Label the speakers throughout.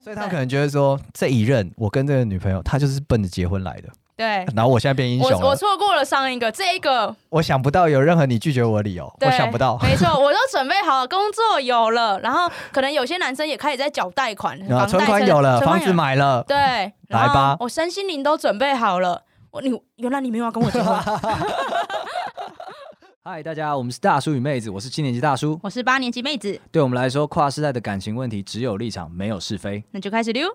Speaker 1: 所以他们可能觉得说，这一任我跟这个女朋友，她就是奔着结婚来的，
Speaker 2: 对，
Speaker 1: 然后我现在啊变英
Speaker 2: 我
Speaker 1: 雄啊了，哎
Speaker 2: 我
Speaker 1: 我
Speaker 2: 错过了上一个，这一个
Speaker 1: 想不到有任何你拒绝我的理由，
Speaker 2: 对。
Speaker 1: 我想不 到
Speaker 2: 没错，我都准备好了，工作有了，然后可能有些男生也开始在缴贷款，
Speaker 1: 然后
Speaker 2: 房贷
Speaker 1: 啊存款有了，
Speaker 2: 存
Speaker 1: 房
Speaker 2: 款
Speaker 1: 子买了，
Speaker 2: 对，然
Speaker 1: 来
Speaker 2: 后
Speaker 1: 吧
Speaker 2: 我身心灵都准备好了。我你原来你没有要跟我结婚，
Speaker 3: 嗨，大家，我们是大叔与妹子，我是七年级大叔。
Speaker 2: 我是八年级妹子，
Speaker 3: 对我们来说，跨世代的感情问题只有立场，没有是非。
Speaker 2: 那就开始溜。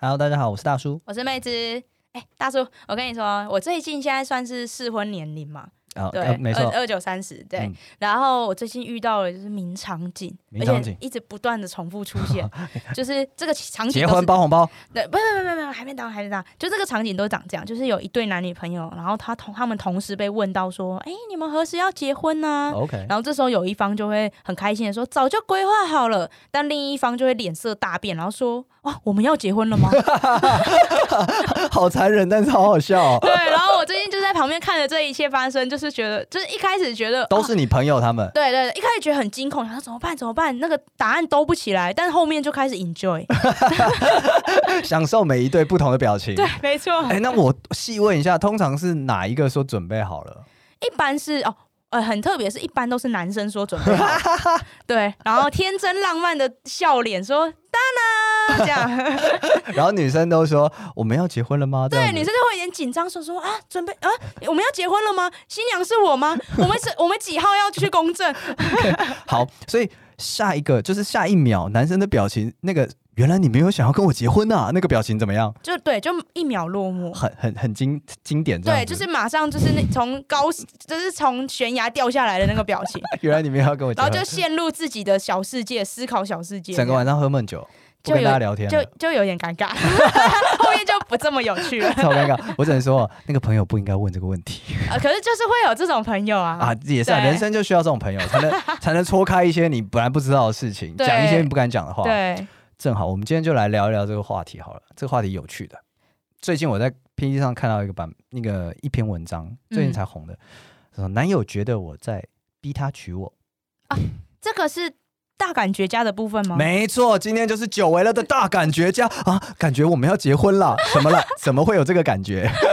Speaker 1: Hello，大家好，我是大叔
Speaker 2: 我是妹子，哎、大叔，我跟你说，哦我最近现在算是适婚年龄嘛，
Speaker 1: 啊，
Speaker 2: 对，
Speaker 1: 呃没错，
Speaker 2: 二九三十，对。
Speaker 1: 嗯
Speaker 2: 然后我最近遇到了就是名场景，
Speaker 1: 名场
Speaker 2: 而
Speaker 1: 景
Speaker 2: 且一直不断的重复出 现，就是这个场景
Speaker 1: 结
Speaker 2: 都是
Speaker 1: 婚包红包，
Speaker 2: 对，不是不是不是不是，还没到还没到，就这个场景都长这样，就是有一对男女朋友，然后他同他们同时被问到说，哎、你们何时要结婚呢、
Speaker 1: 哦 OK，
Speaker 2: 然后这时候有一方就会很开心的说早就规划好了，但另一方就会脸色大变，然后说哇我们要结婚了吗？
Speaker 1: 好残忍，但是好好笑哦
Speaker 2: 对，然后我最近就在旁边看着这一切发生，就是觉得就是一开始觉得
Speaker 1: 都
Speaker 2: 啊
Speaker 1: 是你朋友他们，
Speaker 2: 对对，对一开始觉得很惊恐，想说怎么办怎么办，那个答案兜不起来，但后面就开 始 enjoy。
Speaker 1: 享受每一对不同的表情。
Speaker 2: 对，没错，
Speaker 1: 哎，那我细问一下，通常是哪一个说准备好了？
Speaker 2: 一般是哦。呃，很特别，是一般都是男生说准备好， 对，然后天真浪漫的笑脸说“当 当”这样，
Speaker 1: 然后女生都说我们要结婚了吗？这
Speaker 2: 对，
Speaker 1: 样子
Speaker 2: 女生就会有点紧张，说说啊，准备啊，我们要结婚了吗？新娘是我吗？我们是， 我们几号要去公证？哎
Speaker 1: 好，所以下一个就是下一秒男生的表情，那个原来你没有想要跟我结婚啊，那个表情怎么样？
Speaker 2: 就对，就一秒落幕。
Speaker 1: 很很很经经典这样
Speaker 2: 对，
Speaker 1: 子。
Speaker 2: 就是马上就是那从高，就是从悬崖掉下来的那个表 情，
Speaker 1: 原来你没有要跟我结
Speaker 2: 然
Speaker 1: 婚，
Speaker 2: 后就陷入自己的小世界，思考小世界这样，
Speaker 1: 整个晚上喝闷酒，不
Speaker 2: 就
Speaker 1: 跟大家
Speaker 2: 有
Speaker 1: 聊天啊
Speaker 2: 就
Speaker 1: 了，
Speaker 2: 就有 点尴尬，后面就不这么有趣了。
Speaker 1: 超尴尬。我只能说，那个朋友不应该问这个问题
Speaker 2: 啊，可是就是会有这种朋友啊。
Speaker 1: 啊，也是啊，
Speaker 2: 对
Speaker 1: 人生就需要这种朋友，才能 才能戳开一些你本来不知道的事情，
Speaker 2: 对
Speaker 1: 讲一些你不敢讲的话。
Speaker 2: 对，
Speaker 1: 正好，我们今天就来聊一聊这个话题好了。这个话题有趣的，最近我在 PPT 上看到一个版那个一篇文章，最近才红的，说男友觉得我在逼他娶我。
Speaker 2: 这个是大感觉家的部分吗？
Speaker 1: 没错，今天就是久违了的大感觉家啊，感觉我们要结婚了，什么了？ 怎么会有这个感觉？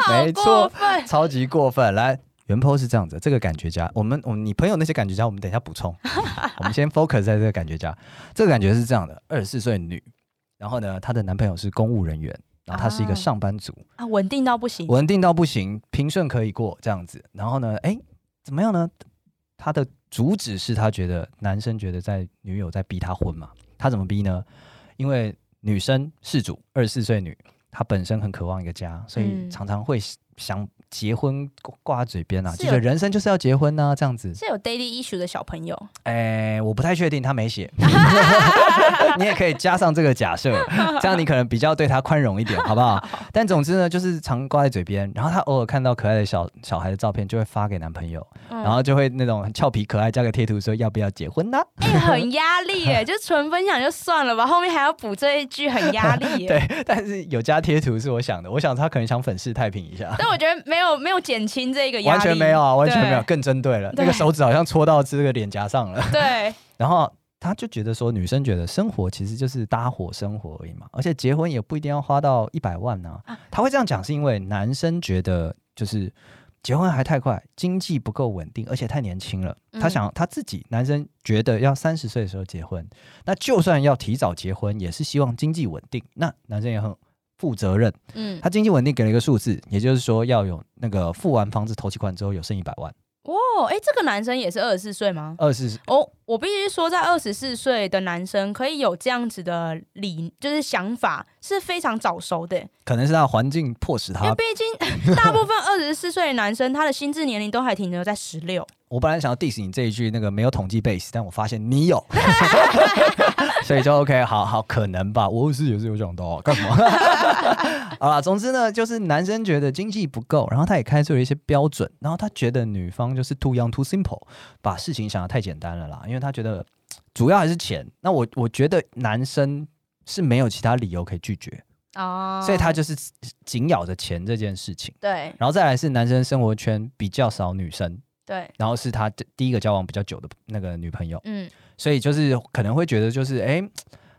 Speaker 2: 好
Speaker 1: 没
Speaker 2: 过
Speaker 1: 错，
Speaker 2: 分。
Speaker 1: 超级过分。来，原 po 是这样子，这个感觉家，我们我们你朋友那些感觉家，我们等一下补充。我们先 focus 在这个感觉家，这个感觉是这样的：二十四岁女，然后呢，她的男朋友是公务人员。然后她是一
Speaker 2: 啊
Speaker 1: 个上班族，
Speaker 2: 啊，稳定到不行。
Speaker 1: 稳定到不行，平顺可以过这样子。然后呢，哎，怎么样呢？他的主旨是他觉得男生觉得在女友在逼他婚嘛，他怎么逼呢？因为女生事主二十四岁女，她本身很渴望一个家，所以
Speaker 2: 嗯
Speaker 1: 常常会想结婚挂挂在嘴边啊，
Speaker 2: 是
Speaker 1: 就
Speaker 2: 有
Speaker 1: 觉得人生就是要结婚啊呐、这样子。
Speaker 2: 是有 daily issue 的小朋友，
Speaker 1: 哎，我不太确定，他没 写， 你也可以加上这个假设，这样你可能比较对他宽容一点，好不好？但总之呢，就是常挂在嘴边，然后她偶尔看到可爱的小小孩的照片，就会发给男朋友，
Speaker 2: 嗯
Speaker 1: 然后就会那种很俏皮可爱，加个贴图说要不要结婚呢、
Speaker 2: 哎、很压力 耶，就纯分享就算了吧，后面还要补这一句，很压力 耶。
Speaker 1: 对，但是有加贴图是我想的，我想他可能想粉饰太平一下。
Speaker 2: 但我觉得没有没有减轻这个压力，
Speaker 1: 完全没有啊，完全没有，
Speaker 2: 对。
Speaker 1: 更针对了。
Speaker 2: 对
Speaker 1: 那个手指好像戳到这个脸颊上了。
Speaker 2: 对，
Speaker 1: 然后他就觉得说，女生觉得生活其实就是搭伙生活而已嘛，而且结婚也不一定要花到一百万呢、
Speaker 2: 啊
Speaker 1: 他会这样讲，是因为男生觉得就是结婚还太快，经济不够稳定，而且太年轻了。
Speaker 2: 嗯
Speaker 1: 他想他自己男生觉得要三十岁的时候结婚，那就算要提早结婚，也是希望经济稳定。那男生也很。负责任，
Speaker 2: 嗯，
Speaker 1: 他经济稳定给了一个数字，也就是说要有那个付完房子头期款之后有剩一百万，
Speaker 2: 哦，哎、这个男生也是二十四岁吗？
Speaker 1: 二是
Speaker 2: 哦，我必须说，在二十四岁的男生可以有这样子的理，就是想法是非常早熟的，
Speaker 1: 可能是他的环境迫使
Speaker 2: 因为
Speaker 1: 他
Speaker 2: 毕竟大部分二十四岁的男生，他的心智年龄都还停留在十六。
Speaker 1: 我本来想要 diss 你这一句那个没有统计 base，但我发现你有，所以就 OK，好好可能吧，我是也是有想到啊干嘛？ 好啦，总之呢，就是男生觉得经济不够，然后他也开出了一些标准，然后他觉得女方就是 too young too simple，把事情想的太简单了啦，因为他觉得主要还是钱。那我我觉得男生是没有其他理由可以拒绝，
Speaker 2: 哦，
Speaker 1: 所以他就是紧咬着钱这件事情。
Speaker 2: 对
Speaker 1: 然后再来是男生生活圈比较少女生，
Speaker 2: 对，
Speaker 1: 然后是他第第一个交往比较久的那个女朋友，
Speaker 2: 嗯，
Speaker 1: 所以就是可能会觉得就是哎、诶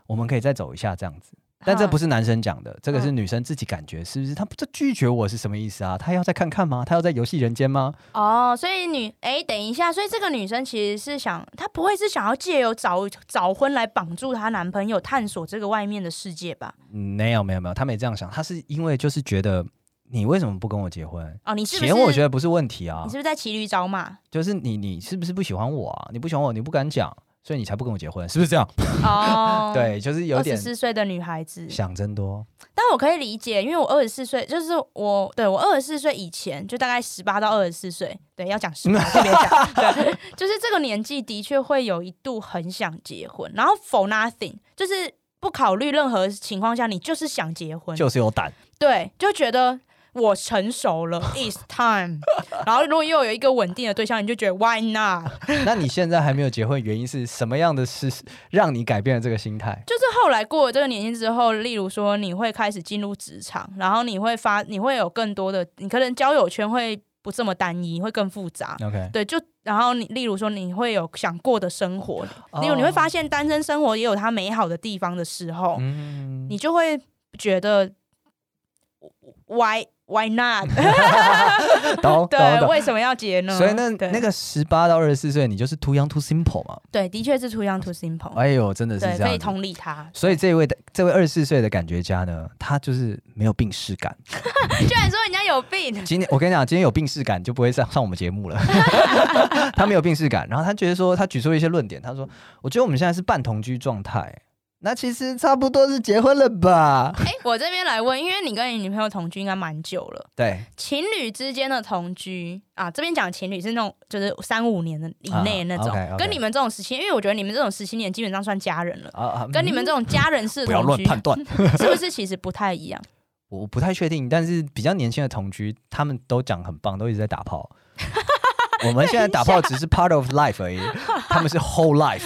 Speaker 1: 我们可以再走一下这样子。但这不
Speaker 2: 是
Speaker 1: 是男生讲的，这个是
Speaker 2: 嗯
Speaker 1: 女生自己感觉，是不是？他这拒绝我是什么意思啊？他要再看看吗？他要在游戏人间吗？
Speaker 2: 哦，所以女哎，等一下，所以这个女生其实是想，她不会是想要借由早早婚来绑住她男朋友，探索这个外面的世界吧？
Speaker 1: 嗯没有没有没有，他没这样想，他是因为就是觉得你为什么不跟我结婚？
Speaker 2: 哦，你是不是？
Speaker 1: 钱我觉得不是问题啊，
Speaker 2: 你是不是在骑驴找马？
Speaker 1: 就是你你是不是不喜欢我啊？你不喜欢我，你不敢讲，所以你才不跟我结婚，是不是这样？，，
Speaker 2: 哦
Speaker 1: 对，就是有
Speaker 2: 二十
Speaker 1: 点
Speaker 2: 四岁的女孩子，
Speaker 1: 想真多。
Speaker 2: 但我可以理解，因为我二十四岁，就是我对我二十四岁以前，就大概十八到二十四岁，对，要讲十八特别讲，对，就是这个年纪的确会有一度很想结婚，然后 for nothing，就是不考虑任何情况下，你就是想结婚，
Speaker 1: 就是有胆，
Speaker 2: 对，就觉得。我成熟了，it's time。然后如果又有一个稳定的对象，你就觉得 why not？
Speaker 1: 那你现在还没有结婚，原因是什么样的事让你改变了这个心态？
Speaker 2: 就是后来过了这个年纪之后，例如说你会开始进入职场，然后你会发，你会有更多的，你可能交友圈会不这么单一，会更复杂。
Speaker 1: OK，
Speaker 2: 对，就然后你，例如说你会有想过的生活，例如
Speaker 1: 哦
Speaker 2: 你会发现单身生活也有它美好的地方的时候，
Speaker 1: 嗯
Speaker 2: 你就会觉得 why why not？
Speaker 1: 懂嗯懂
Speaker 2: 对，
Speaker 1: 懂。
Speaker 2: 为什么要结呢？
Speaker 1: 所以那
Speaker 2: 对
Speaker 1: 那个十八到二十四岁，你就是 too young too simple 嘛？
Speaker 2: 对，的确是 too young too simple，、
Speaker 1: 哎呦，真的是
Speaker 2: 嗯
Speaker 1: 这
Speaker 2: 对，可以
Speaker 1: 样子。
Speaker 2: 同理他。
Speaker 1: 所以这位的这位二十四岁的感觉家呢，他就是没有病逝感。
Speaker 2: 居然说人家有病，
Speaker 1: 今天我跟你讲，今天有病逝感就不会上上我们节 目了。他没有病逝感，然后他觉得说，他举出一些论点，他说：“我觉得我们现在是半同居状态，那其实差不多是结婚了吧，
Speaker 2: 哎、我这边来问，因为你跟你女朋友同居应该蛮久了？”
Speaker 1: 对，
Speaker 2: 情侣之间的同居啊，这边讲情侣是那种就是三五年的以内那种，
Speaker 1: 啊，OK，OK
Speaker 2: 跟你们这种时期，因为我觉得你们这种十七年基本上算家人了，
Speaker 1: 啊啊，
Speaker 2: 跟你们这种家人式
Speaker 1: 嗯不要
Speaker 2: 同
Speaker 1: 乱
Speaker 2: 居，
Speaker 1: 判断。
Speaker 2: 是不是其实不太一样？
Speaker 1: 我不太确定，但是比较年轻的同居，他们都讲很棒，都一直在打炮。 我们现在打炮只是 part of life 而已，他们是 whole life，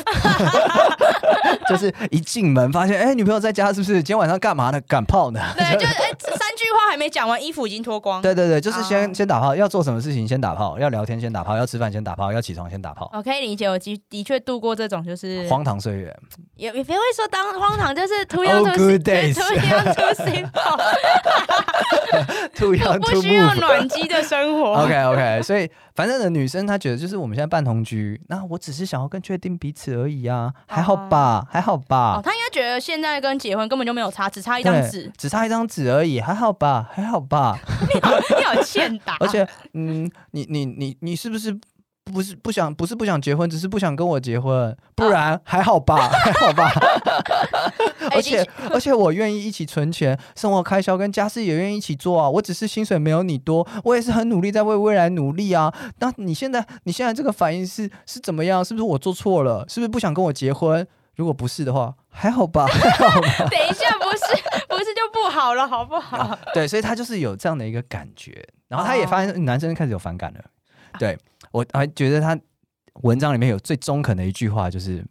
Speaker 1: 就是一进门发现，哎、女朋友在家是不是？今天晚上干嘛呢？赶炮呢？
Speaker 2: 对，就是哎、三句话还没讲完，衣服已经脱光。
Speaker 1: 对对对，就是先、
Speaker 2: 哦
Speaker 1: 先打炮，要做什么事情先打炮，要聊天先打炮，要吃饭先打炮，要起床先打炮，
Speaker 2: 我可以理解，我的的确度过这种哦就是
Speaker 1: 荒唐岁月。
Speaker 2: 也也不会说当荒唐，就是 too young
Speaker 1: Oh,
Speaker 2: too
Speaker 1: good
Speaker 2: sim-
Speaker 1: days.
Speaker 2: too young too simple，
Speaker 1: Too young
Speaker 2: 不
Speaker 1: to
Speaker 2: 需要
Speaker 1: move。
Speaker 2: 暖机的生活。
Speaker 1: OK OK，所 以反正呢，女生她觉得就是我们现在半同居，那我只是想要更确定彼此而已啊，还好吧，还好吧。
Speaker 2: 哦，他应该觉得现在跟结婚根本就没有差，只差一张
Speaker 1: 对
Speaker 2: 纸。
Speaker 1: 只差一张纸而已，还好吧，还好 吧。
Speaker 2: 你好，你好欠打。
Speaker 1: 而且，嗯，你你你你是不是不是不想不是不想结婚，只是不想跟我结婚？不
Speaker 2: 啊
Speaker 1: 然、还好吧， 还好吧。
Speaker 2: 哎，
Speaker 1: 而
Speaker 2: 的
Speaker 1: 且
Speaker 2: 确
Speaker 1: 而且我愿意一起存钱，生活开销跟家事也愿意一起做啊。我只是薪水没有你多，我也是很努力在为未来努力啊。那你现在你现在这个反应是是怎么样？是不是我做错了？是不是不想跟我结婚？如果不是的话，还好吧，还好吧。
Speaker 2: 等一下，不是不是就不好了，好不好？
Speaker 1: 对，所以他就是有这样的一个感觉，然后他
Speaker 2: 哦
Speaker 1: 也发现男生开始有反感了。对我还觉得他文章里面有最中肯的一句话，就是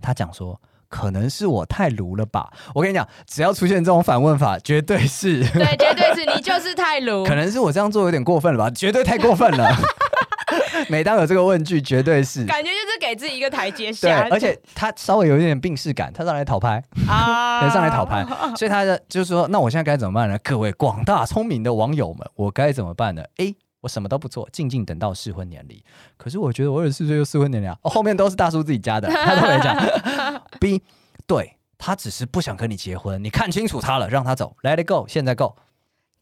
Speaker 1: 他讲说。可能是我太鲁了吧？我跟你讲，只要出现这种反问法，绝对是，
Speaker 2: 对，绝对是你就是太鲁
Speaker 1: 可。能是我这样做有点过分了吧？绝对太过分了。 每当有这个问句，绝对是
Speaker 2: 感觉啊就是给自己一个台阶
Speaker 1: 对，
Speaker 2: 下，
Speaker 1: 而且他稍微有一点病逝感，他上来讨拍，
Speaker 2: 啊
Speaker 1: 人上来讨拍，所以他的就是说，那我现在该怎么办呢？各位广大聪明的网友们，我该怎么办呢？A 我什么都不做，静静等到适婚年龄。可是我觉得我二十四岁就适婚年龄啊、哦后面都是大叔自己加的，他都没讲。B，对他只是不想跟你结婚，你看清楚他了，让他走，Let it go，现在 go。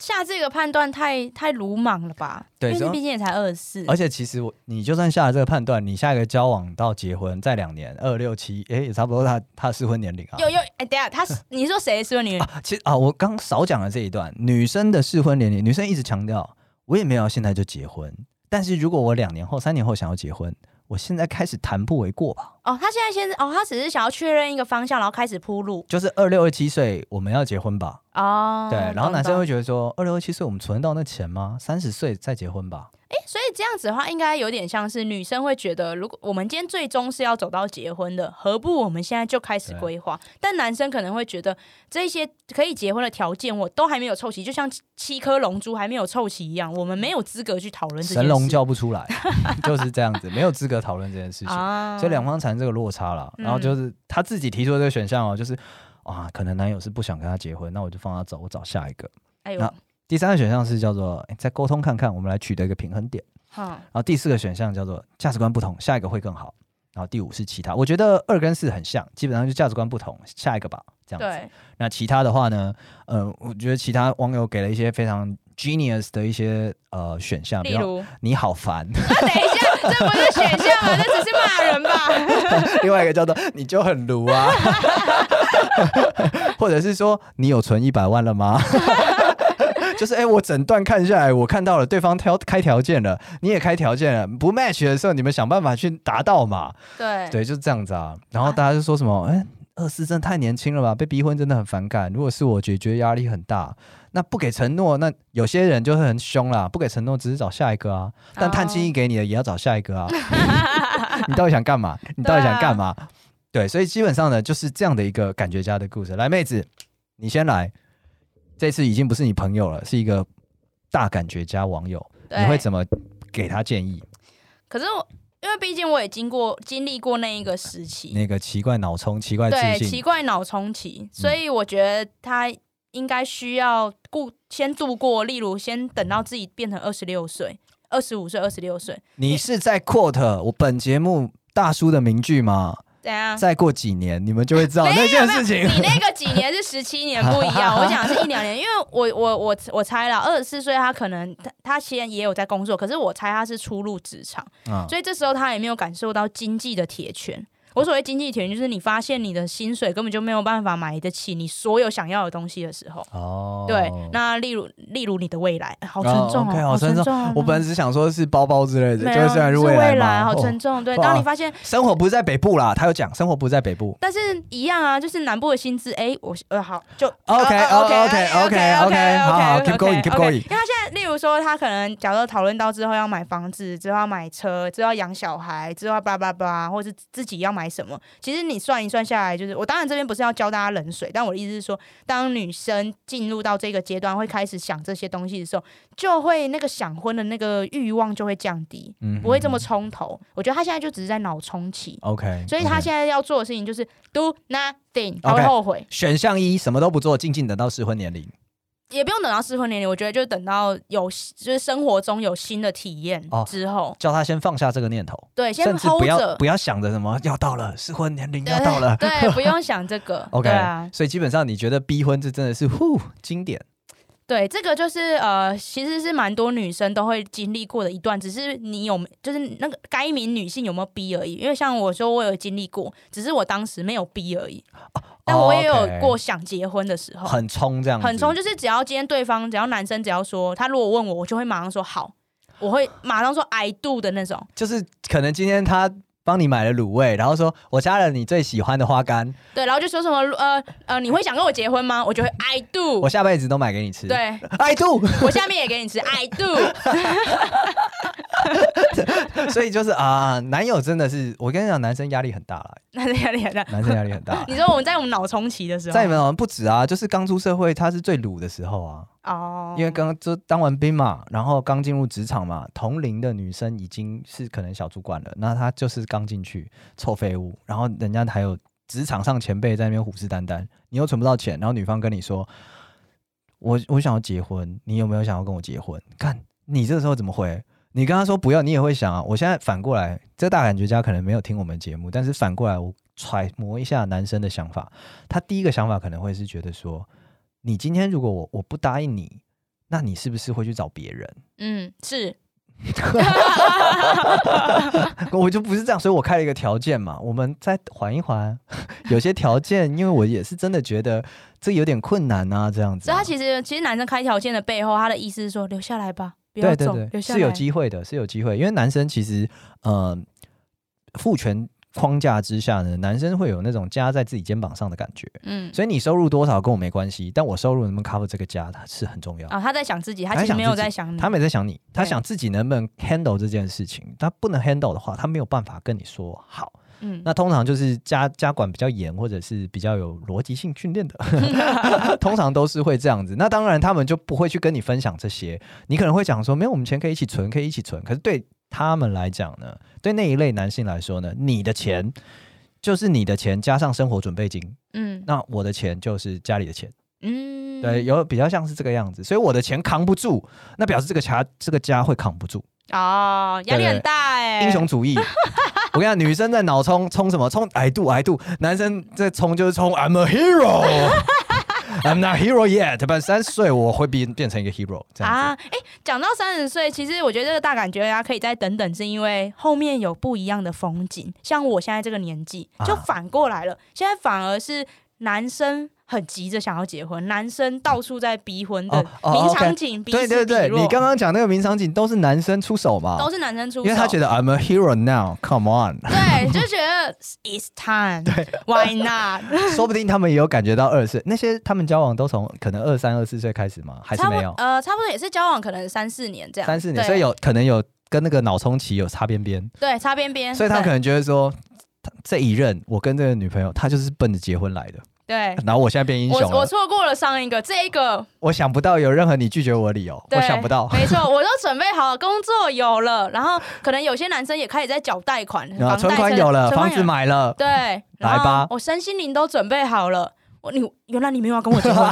Speaker 2: 下这个判断太太鲁莽了吧？
Speaker 1: 对
Speaker 2: 因为
Speaker 1: 所以
Speaker 2: 毕竟也才二十四
Speaker 1: 而。且其实我，你就算下了这个判断，你下一个交往到结婚再两年，二六七，哎，也差不多他他适婚年龄啊。
Speaker 2: 有有，哎，等一下他是你说谁是你？
Speaker 1: 啊，其实啊，我刚少讲了这一段，女生的适婚年龄，女生一直强调，我也没有要现在就结婚，但是如果我两年后、三年后想要结婚，我现在开始谈不为过吧？
Speaker 2: 哦，他现在先哦，他只是想要确认一个方向，然后开始铺路
Speaker 1: 就是二六二七岁我们要结婚吧？
Speaker 2: 哦。
Speaker 1: 对，然后男生
Speaker 2: 懂
Speaker 1: 会觉得说，二六二七岁我们存得到那钱吗？三十岁再结婚吧？
Speaker 2: 懂所以这样子的话，应该有点像是女生会觉得，如果我们今天最终是要走到结婚的，何不我们现在就开始
Speaker 1: 对
Speaker 2: 规划？但男生可能会觉得，这些可以结婚的条件我都还没有凑齐，就像七七颗龙珠还没有凑齐一样，我们没有资格去讨论这件事。
Speaker 1: 神龙叫不出来， 哦就是这样子，没有资格讨论这件事情。
Speaker 2: 啊
Speaker 1: 所以两方产生这个落差了。然后就是他自己提出的这个选项哦，就是啊，可能男友是不想跟他结婚，那我就放他走，我找下一个。
Speaker 2: 哎
Speaker 1: 那
Speaker 2: 呦，
Speaker 1: 第三个选项是叫做诶再沟通看看，我们来取得一个平衡点。
Speaker 2: 哈，
Speaker 1: 然后第四个选项叫做价值观不同，下一个会更好。然后第五是其他，我觉得二跟四很像，基本上就价值观不同，下一个吧，这样子。
Speaker 2: 对，
Speaker 1: 那其他的话呢，呃，我觉得其他网友给了一些非常 genius 的一些呃选项，比
Speaker 2: 例
Speaker 1: 如
Speaker 2: 如，
Speaker 1: 你好烦，
Speaker 2: 啊，等一下，这不是选项啊，这只是骂 人吧？
Speaker 1: 另外一个叫做你就很鲁啊， 或者是说你有存一百万了吗？ 就是哎、诶我整段看下来，我看到了对方挑开条件了，你也开条件了，不 match 的时候，你们想办法去达到嘛。
Speaker 2: 对，
Speaker 1: 对，就是这样子啊。然后大家就说什么，哎、二四真的太年轻了吧，被逼婚真的很反感。如果是我，解决压力很大。那不给承诺，那有些人就会很凶啦，不给承诺只是找下一个啊。但探
Speaker 2: 哦
Speaker 1: 亲一给你的也要找下一 个啊。你到底想干嘛？你到底想干
Speaker 2: 啊
Speaker 1: 嘛？对，所以基本上呢，就是这样的一个感觉家的故事。来，妹子，你先来。这次已经不是你朋友了，是一个大感觉家网友，你
Speaker 2: 对
Speaker 1: 会怎么给他建议？
Speaker 2: 可是我，因为毕竟我也经过经历过那一个时期，
Speaker 1: 那个奇怪脑充、奇怪
Speaker 2: 对
Speaker 1: 自
Speaker 2: 奇
Speaker 1: 信，嗯
Speaker 2: 怪脑充期，所以我觉得他应该需要顾先度过，例如先等到自己变成二十六岁、二十五岁、二十六岁，
Speaker 1: 你是在 quote 我本节目大叔的名句吗？
Speaker 2: 怎样？
Speaker 1: 再过几年你们就会知道那件事情。
Speaker 2: 你那个几年是十七年不一样，我讲的是一两年，因为我我我我猜了，二十四岁他可能他他先也有在工作，可是我猜他是初入职场，
Speaker 1: 嗯，
Speaker 2: 所以这时候他也没有感受到经济的铁拳。我所谓经济铁拳，就是你发现你的薪水根本就没有办法买得起你所有想要的东西的时候。
Speaker 1: 哦，
Speaker 2: 对，那例如例如你的未来，好
Speaker 1: 哦
Speaker 2: 沉重哦，
Speaker 1: OK，好
Speaker 2: 好
Speaker 1: 沉
Speaker 2: 沉
Speaker 1: 重
Speaker 2: 重哦。
Speaker 1: 我本来只想说是包包之类的，
Speaker 2: 没
Speaker 1: 就
Speaker 2: 有
Speaker 1: 虽然
Speaker 2: 是
Speaker 1: 未
Speaker 2: 来，
Speaker 1: 嘛，
Speaker 2: 好
Speaker 1: 哦
Speaker 2: 沉重。对，
Speaker 1: 哇
Speaker 2: 当你发现，
Speaker 1: 生活不是在北部啦，他有讲生活不是在北部。
Speaker 2: 但是一样啊，就是南部的薪资，哎，我呃好就
Speaker 1: OK，
Speaker 2: 呃呃
Speaker 1: OK，
Speaker 2: 哎
Speaker 1: OK，
Speaker 2: OK，
Speaker 1: OK，好好
Speaker 2: OK，
Speaker 1: keep going，keep
Speaker 2: OK，
Speaker 1: going
Speaker 2: 因为他现在，例如说，他可能假如讨论到之后要买房子，之后要买车，之后要养小孩，之后要叭叭叭，或是自己要买什么，其实你算一算下来，就是我当然这边不是要教大家冷水，但我的意思是说，当女生进入到这个阶段，会开始想这些东西的时候，就会那个想婚的那个欲望就会降低，
Speaker 1: 嗯
Speaker 2: 不会这么冲头。我觉得他现在就只是在脑冲期，
Speaker 1: OK，
Speaker 2: 所以他
Speaker 1: OK
Speaker 2: 现在要做的事情就是 do nothing，他会
Speaker 1: OK
Speaker 2: 后悔。
Speaker 1: 选项一什么都不做，静静等到适婚年龄。
Speaker 2: 也不用等到适婚年龄，我觉得就等到有就是生活中有新的体验
Speaker 1: 哦
Speaker 2: 之后，
Speaker 1: 叫他先放下这个念头，
Speaker 2: 对，先
Speaker 1: 甚至
Speaker 2: hold
Speaker 1: 不要
Speaker 2: 着，
Speaker 1: 不要想着什么要到了适婚年龄
Speaker 2: 对。
Speaker 1: 要到了
Speaker 2: 对，不用想这 个
Speaker 1: OK，、
Speaker 2: 对啊，
Speaker 1: 所以基本上你觉得逼婚这真的是呼经典，
Speaker 2: 对，这个就是呃，其实是蛮多女生都会经历过的一段，只是你有没就是那个该名女性有没有逼而已，因为像我说我有经历过，只是我当时没有逼而已，但我也有
Speaker 1: OK
Speaker 2: 过想结婚的时候，
Speaker 1: 很冲这样子，
Speaker 2: 哦很冲，就是只要今天对方只要男生只要说他如果问我，我就会马上说好，我会马上说 I do 的那种。
Speaker 1: 就是可能今天他帮你买了卤味，然后说我加了你最喜欢的花干，
Speaker 2: 对，然后就说什么呃呃，你会想跟我结婚吗？我就会 I do，
Speaker 1: 我下辈子都买给你吃。 哎
Speaker 2: 对
Speaker 1: ，I do。
Speaker 2: 我下面也给你吃 I do，
Speaker 1: 所以就是啊，男友真的是，我跟你讲，男生压力很大啦，
Speaker 2: 那这样厉害。。
Speaker 1: 男生压力很大
Speaker 2: 你说我们在我们脑充期的时候，
Speaker 1: 在你们好像不止啊，就是刚出社会，他是最鲁的时候啊，
Speaker 2: 哦，
Speaker 1: 因为刚就当完兵嘛，然后刚进入职场嘛，同龄的女生已经是可能小主管了，那她就是刚进去臭废物，然后人家还有职场上前辈在那边虎视眈眈，你又存不到钱，然后女方跟你说，我我想要结婚，你有没有想要跟我结婚？看你这时候怎么回？你跟他说不要，你也会想啊。我现在反过来，这大感觉家可能没有听我们节目，但是反过来我揣摩一下男生的想法，他第一个想法可能会是觉得说，你今天如果我我不答应你，那你是不是会去找别人？
Speaker 2: 嗯是
Speaker 1: 我就不是这样，所以我开了一个条件嘛，我们再缓一缓。 有些条件，因为我也是真的觉得这有点困难啊，这样子
Speaker 2: 所以
Speaker 1: 啊、
Speaker 2: 他其实其实男生开条件的背后，他的意思是说留下来吧，不要
Speaker 1: 对
Speaker 2: 走，
Speaker 1: 对
Speaker 2: 留
Speaker 1: 对，
Speaker 2: 下
Speaker 1: 是
Speaker 2: 来
Speaker 1: 有机会的，是有机会，因为男生其实呃，父权框架之下呢，男生会有那种加在自己肩膀上的感觉。
Speaker 2: 嗯，
Speaker 1: 所以你收入多少跟我没关系，但我收入能不能 cover 这个家，它是很重要。
Speaker 2: 啊，他在想自己，他
Speaker 1: 他
Speaker 2: 其实
Speaker 1: 想
Speaker 2: 没有
Speaker 1: 自己
Speaker 2: 在想你，
Speaker 1: 他没在想你，他
Speaker 2: 嗯对
Speaker 1: 想自己能不能 handle 这件事情。他不能 handle 的话，他没有办法跟你说好。
Speaker 2: 嗯，
Speaker 1: 那通常就是家家管比较严，或者是比较有逻辑性训练的，通常都是会这样子。那当然，他们就不会去跟你分享这些。你可能会讲说，没有，我们钱可以一起存，可以一起存。可是对他们来讲呢，对那一类男性来说呢，你的钱就是你的钱加上生活准备金，
Speaker 2: 嗯
Speaker 1: 那我的钱就是家里的钱。
Speaker 2: 嗯，
Speaker 1: 对，有比较像是这个样子。所以我的钱扛不住，那表示这个家这个家会扛不住。
Speaker 2: 哦，压力很
Speaker 1: 对
Speaker 2: 大哎，
Speaker 1: 英雄主义。 我跟你讲，女生在脑冲冲什么？冲 I do I do，男生在冲就是冲 I'm a hero 。I'm not hero yet，但三十岁我会变变成一个 hero 这样子。
Speaker 2: 啊，哎，讲到三十岁，其实我觉得这个大感觉啊，可以再等等，是因为后面有不一样的风景。像我现在这个年纪，就
Speaker 1: 啊
Speaker 2: 反过来了，现在反而是男生很急着想要结婚，男生到处在逼婚的
Speaker 1: 哦哦
Speaker 2: 名
Speaker 1: OK
Speaker 2: 场景，彼
Speaker 1: 对对
Speaker 2: 此
Speaker 1: 对，
Speaker 2: 比
Speaker 1: 你
Speaker 2: 弱，
Speaker 1: 刚刚讲那个名场景都是男生出手嘛
Speaker 2: 都，是男生出手，
Speaker 1: 因为他觉得 I'm a hero now，come on，
Speaker 2: 对，就觉得 it's time，why not？
Speaker 1: 说不定他们也有感觉到二十，那些他们交往都从可能二三二四岁开始吗？ 还是
Speaker 2: 差不
Speaker 1: 没
Speaker 2: 多
Speaker 1: 有
Speaker 2: 呃，差不多也是交往可能三四年这样，
Speaker 1: 三四年，
Speaker 2: 呃对
Speaker 1: 所以有可能有跟那个脑冲期有擦边边。
Speaker 2: 对擦边边，
Speaker 1: 所以他们可
Speaker 2: 对
Speaker 1: 能觉得说，他这一任我跟这个女朋友，她就是奔着结婚来的，
Speaker 2: 对。
Speaker 1: 然后我现在变英
Speaker 2: 我
Speaker 1: 雄了，
Speaker 2: 我
Speaker 1: 我
Speaker 2: 错过了上一个，这一个
Speaker 1: 想不到有任何你拒绝我的理由，
Speaker 2: 对
Speaker 1: 我想不到
Speaker 2: 没错，我都准备好了，工作有了，然后可能有些男生也开始在缴贷款，
Speaker 1: 然后
Speaker 2: 房贷
Speaker 1: 啊存款
Speaker 2: 车
Speaker 1: 有了，
Speaker 2: 存
Speaker 1: 房
Speaker 2: 款
Speaker 1: 子买了，
Speaker 2: 对，然
Speaker 1: 来
Speaker 2: 后
Speaker 1: 吧
Speaker 2: 我身心灵都准备好了。我你原来你没有要跟我 结婚，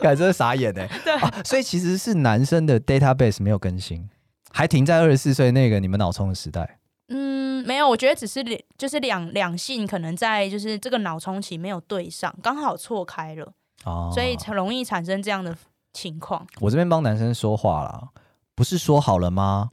Speaker 1: 感觉真是傻眼哎、
Speaker 2: 对
Speaker 1: 啊所以其实是男生的 database 没有更新，还停在二十四岁那个你们脑冲的时代。
Speaker 2: 嗯，没有，我觉得只是两就是两两性可能在就是这个脑冲期没有对上，刚好错开了，
Speaker 1: 哦
Speaker 2: 所以才容易产生这样的情况。
Speaker 1: 我这边帮男生说话啦，不是说好了吗？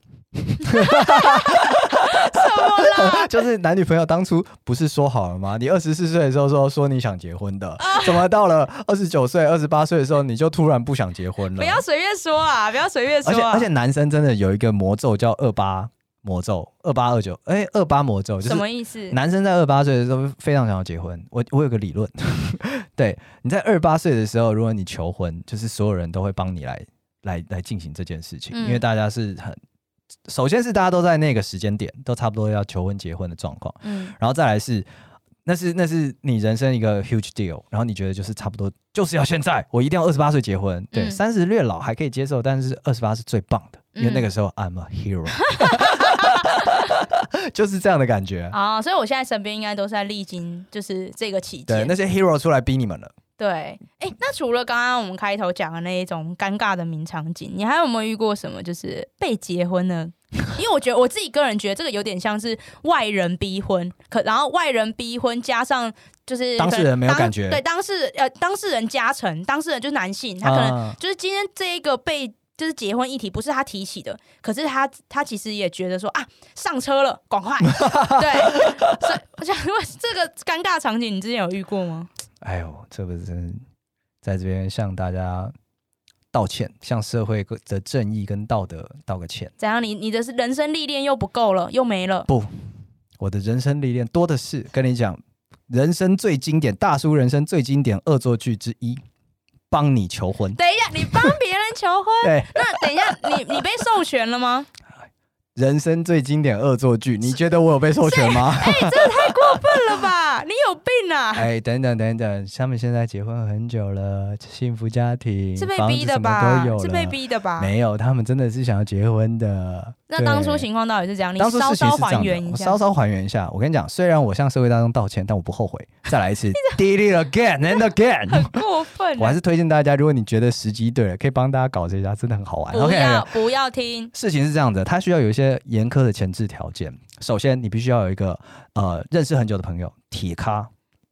Speaker 1: 就是男女朋友当初不是说好了吗？你二十四岁的时候说说你想结婚的，
Speaker 2: 啊
Speaker 1: 怎么到了二十九岁、二十八岁的时候你就突然不想结婚了
Speaker 2: 不？要随便说啊，不要随便说
Speaker 1: 而且
Speaker 2: 啊，
Speaker 1: 而且男生真的有一个魔咒叫二八魔咒，二八二九，哎，二八魔咒就
Speaker 2: 什
Speaker 1: 是
Speaker 2: 么意思？
Speaker 1: 男生在二八岁的时候非常想要结婚。我我有个理论， 对你在二八岁的时候，如果你求婚，就是所有人都会帮你来来来进行这件事情，
Speaker 2: 嗯
Speaker 1: 因为大家是很。首先是大家都在那个时间点，都差不多要求婚结婚的状况，
Speaker 2: 嗯
Speaker 1: 然后再来是，那是那是你人生一个 huge deal，然后你觉得就是差不多就是要现在，我一定要二十八岁结婚，对，
Speaker 2: 嗯
Speaker 1: 三十、略老还可以接受，但是二十八是最棒的，因为那
Speaker 2: 嗯
Speaker 1: 个时候 I'm a hero，、就是这样的感觉。
Speaker 2: 啊，所以我现在身边应该都是在历经就是这个期
Speaker 1: 对
Speaker 2: 间，。
Speaker 1: 那些 hero 出来逼你们了。
Speaker 2: 对，哎、那除了刚刚我们开头讲的那一种尴尬的名场景，你还有没有遇过什么就是被结婚呢？因为我觉得我自己个人觉得这个有点像是外人逼婚，可然后外人逼婚加上就是
Speaker 1: 当
Speaker 2: 可
Speaker 1: 事
Speaker 2: 能
Speaker 1: 人没有
Speaker 2: 当
Speaker 1: 感觉
Speaker 2: 对当事呃当事人加成，当事人就是男性，他可能
Speaker 1: 啊
Speaker 2: 就是今天这一个被就是结婚议题不是他提起的，可是他他其实也觉得说啊上车了，赶快 对，所以我想问这个尴尬场景你之前有遇过吗？
Speaker 1: 哎呦，这不是真的在这边向大家道歉，向社会的正义跟道德道个歉。
Speaker 2: 怎样？你你的人生历练又不够了，又没了。
Speaker 1: 我的人生历练多的是，跟你讲，人生最经典，大叔人生最经典恶作剧之一，帮你求 婚。，
Speaker 2: 等一下，你帮别人求婚
Speaker 1: 对，
Speaker 2: 那等一下，你你被授权了吗？
Speaker 1: 人生最经典恶作剧，你觉得我有被授权吗？
Speaker 2: 笨了吧，你有病啊！
Speaker 1: 哎，等等等等，他们现在结婚很久了，幸福家庭，
Speaker 2: 是被
Speaker 1: 房子
Speaker 2: 逼的
Speaker 1: 什么
Speaker 2: 吧
Speaker 1: 都有？
Speaker 2: 是被
Speaker 1: 了
Speaker 2: 逼的吧？
Speaker 1: 没有，他们真的是想要结婚的。
Speaker 2: 那
Speaker 1: 对
Speaker 2: 当初情况到底是怎样？你
Speaker 1: 当初
Speaker 2: 稍
Speaker 1: 事情
Speaker 2: 稍
Speaker 1: 是这
Speaker 2: 还
Speaker 1: 样
Speaker 2: 原
Speaker 1: 的，
Speaker 2: 一
Speaker 1: 我
Speaker 2: 下。
Speaker 1: 稍稍还原一下。我跟你讲，虽然我向社会大众道歉，但我不后悔。再来一 次，did it again and again 。
Speaker 2: 过分啊
Speaker 1: 我还
Speaker 2: 了，
Speaker 1: 是推荐大家，如果你觉得时机对了，可以帮大家搞这一家，真的很好玩。
Speaker 2: 不
Speaker 1: OK，
Speaker 2: 要不要听。
Speaker 1: 事情是这样的，它需要有一些严苛的前置条件。首先，你必须要有一个呃认识很久的朋友，铁咖、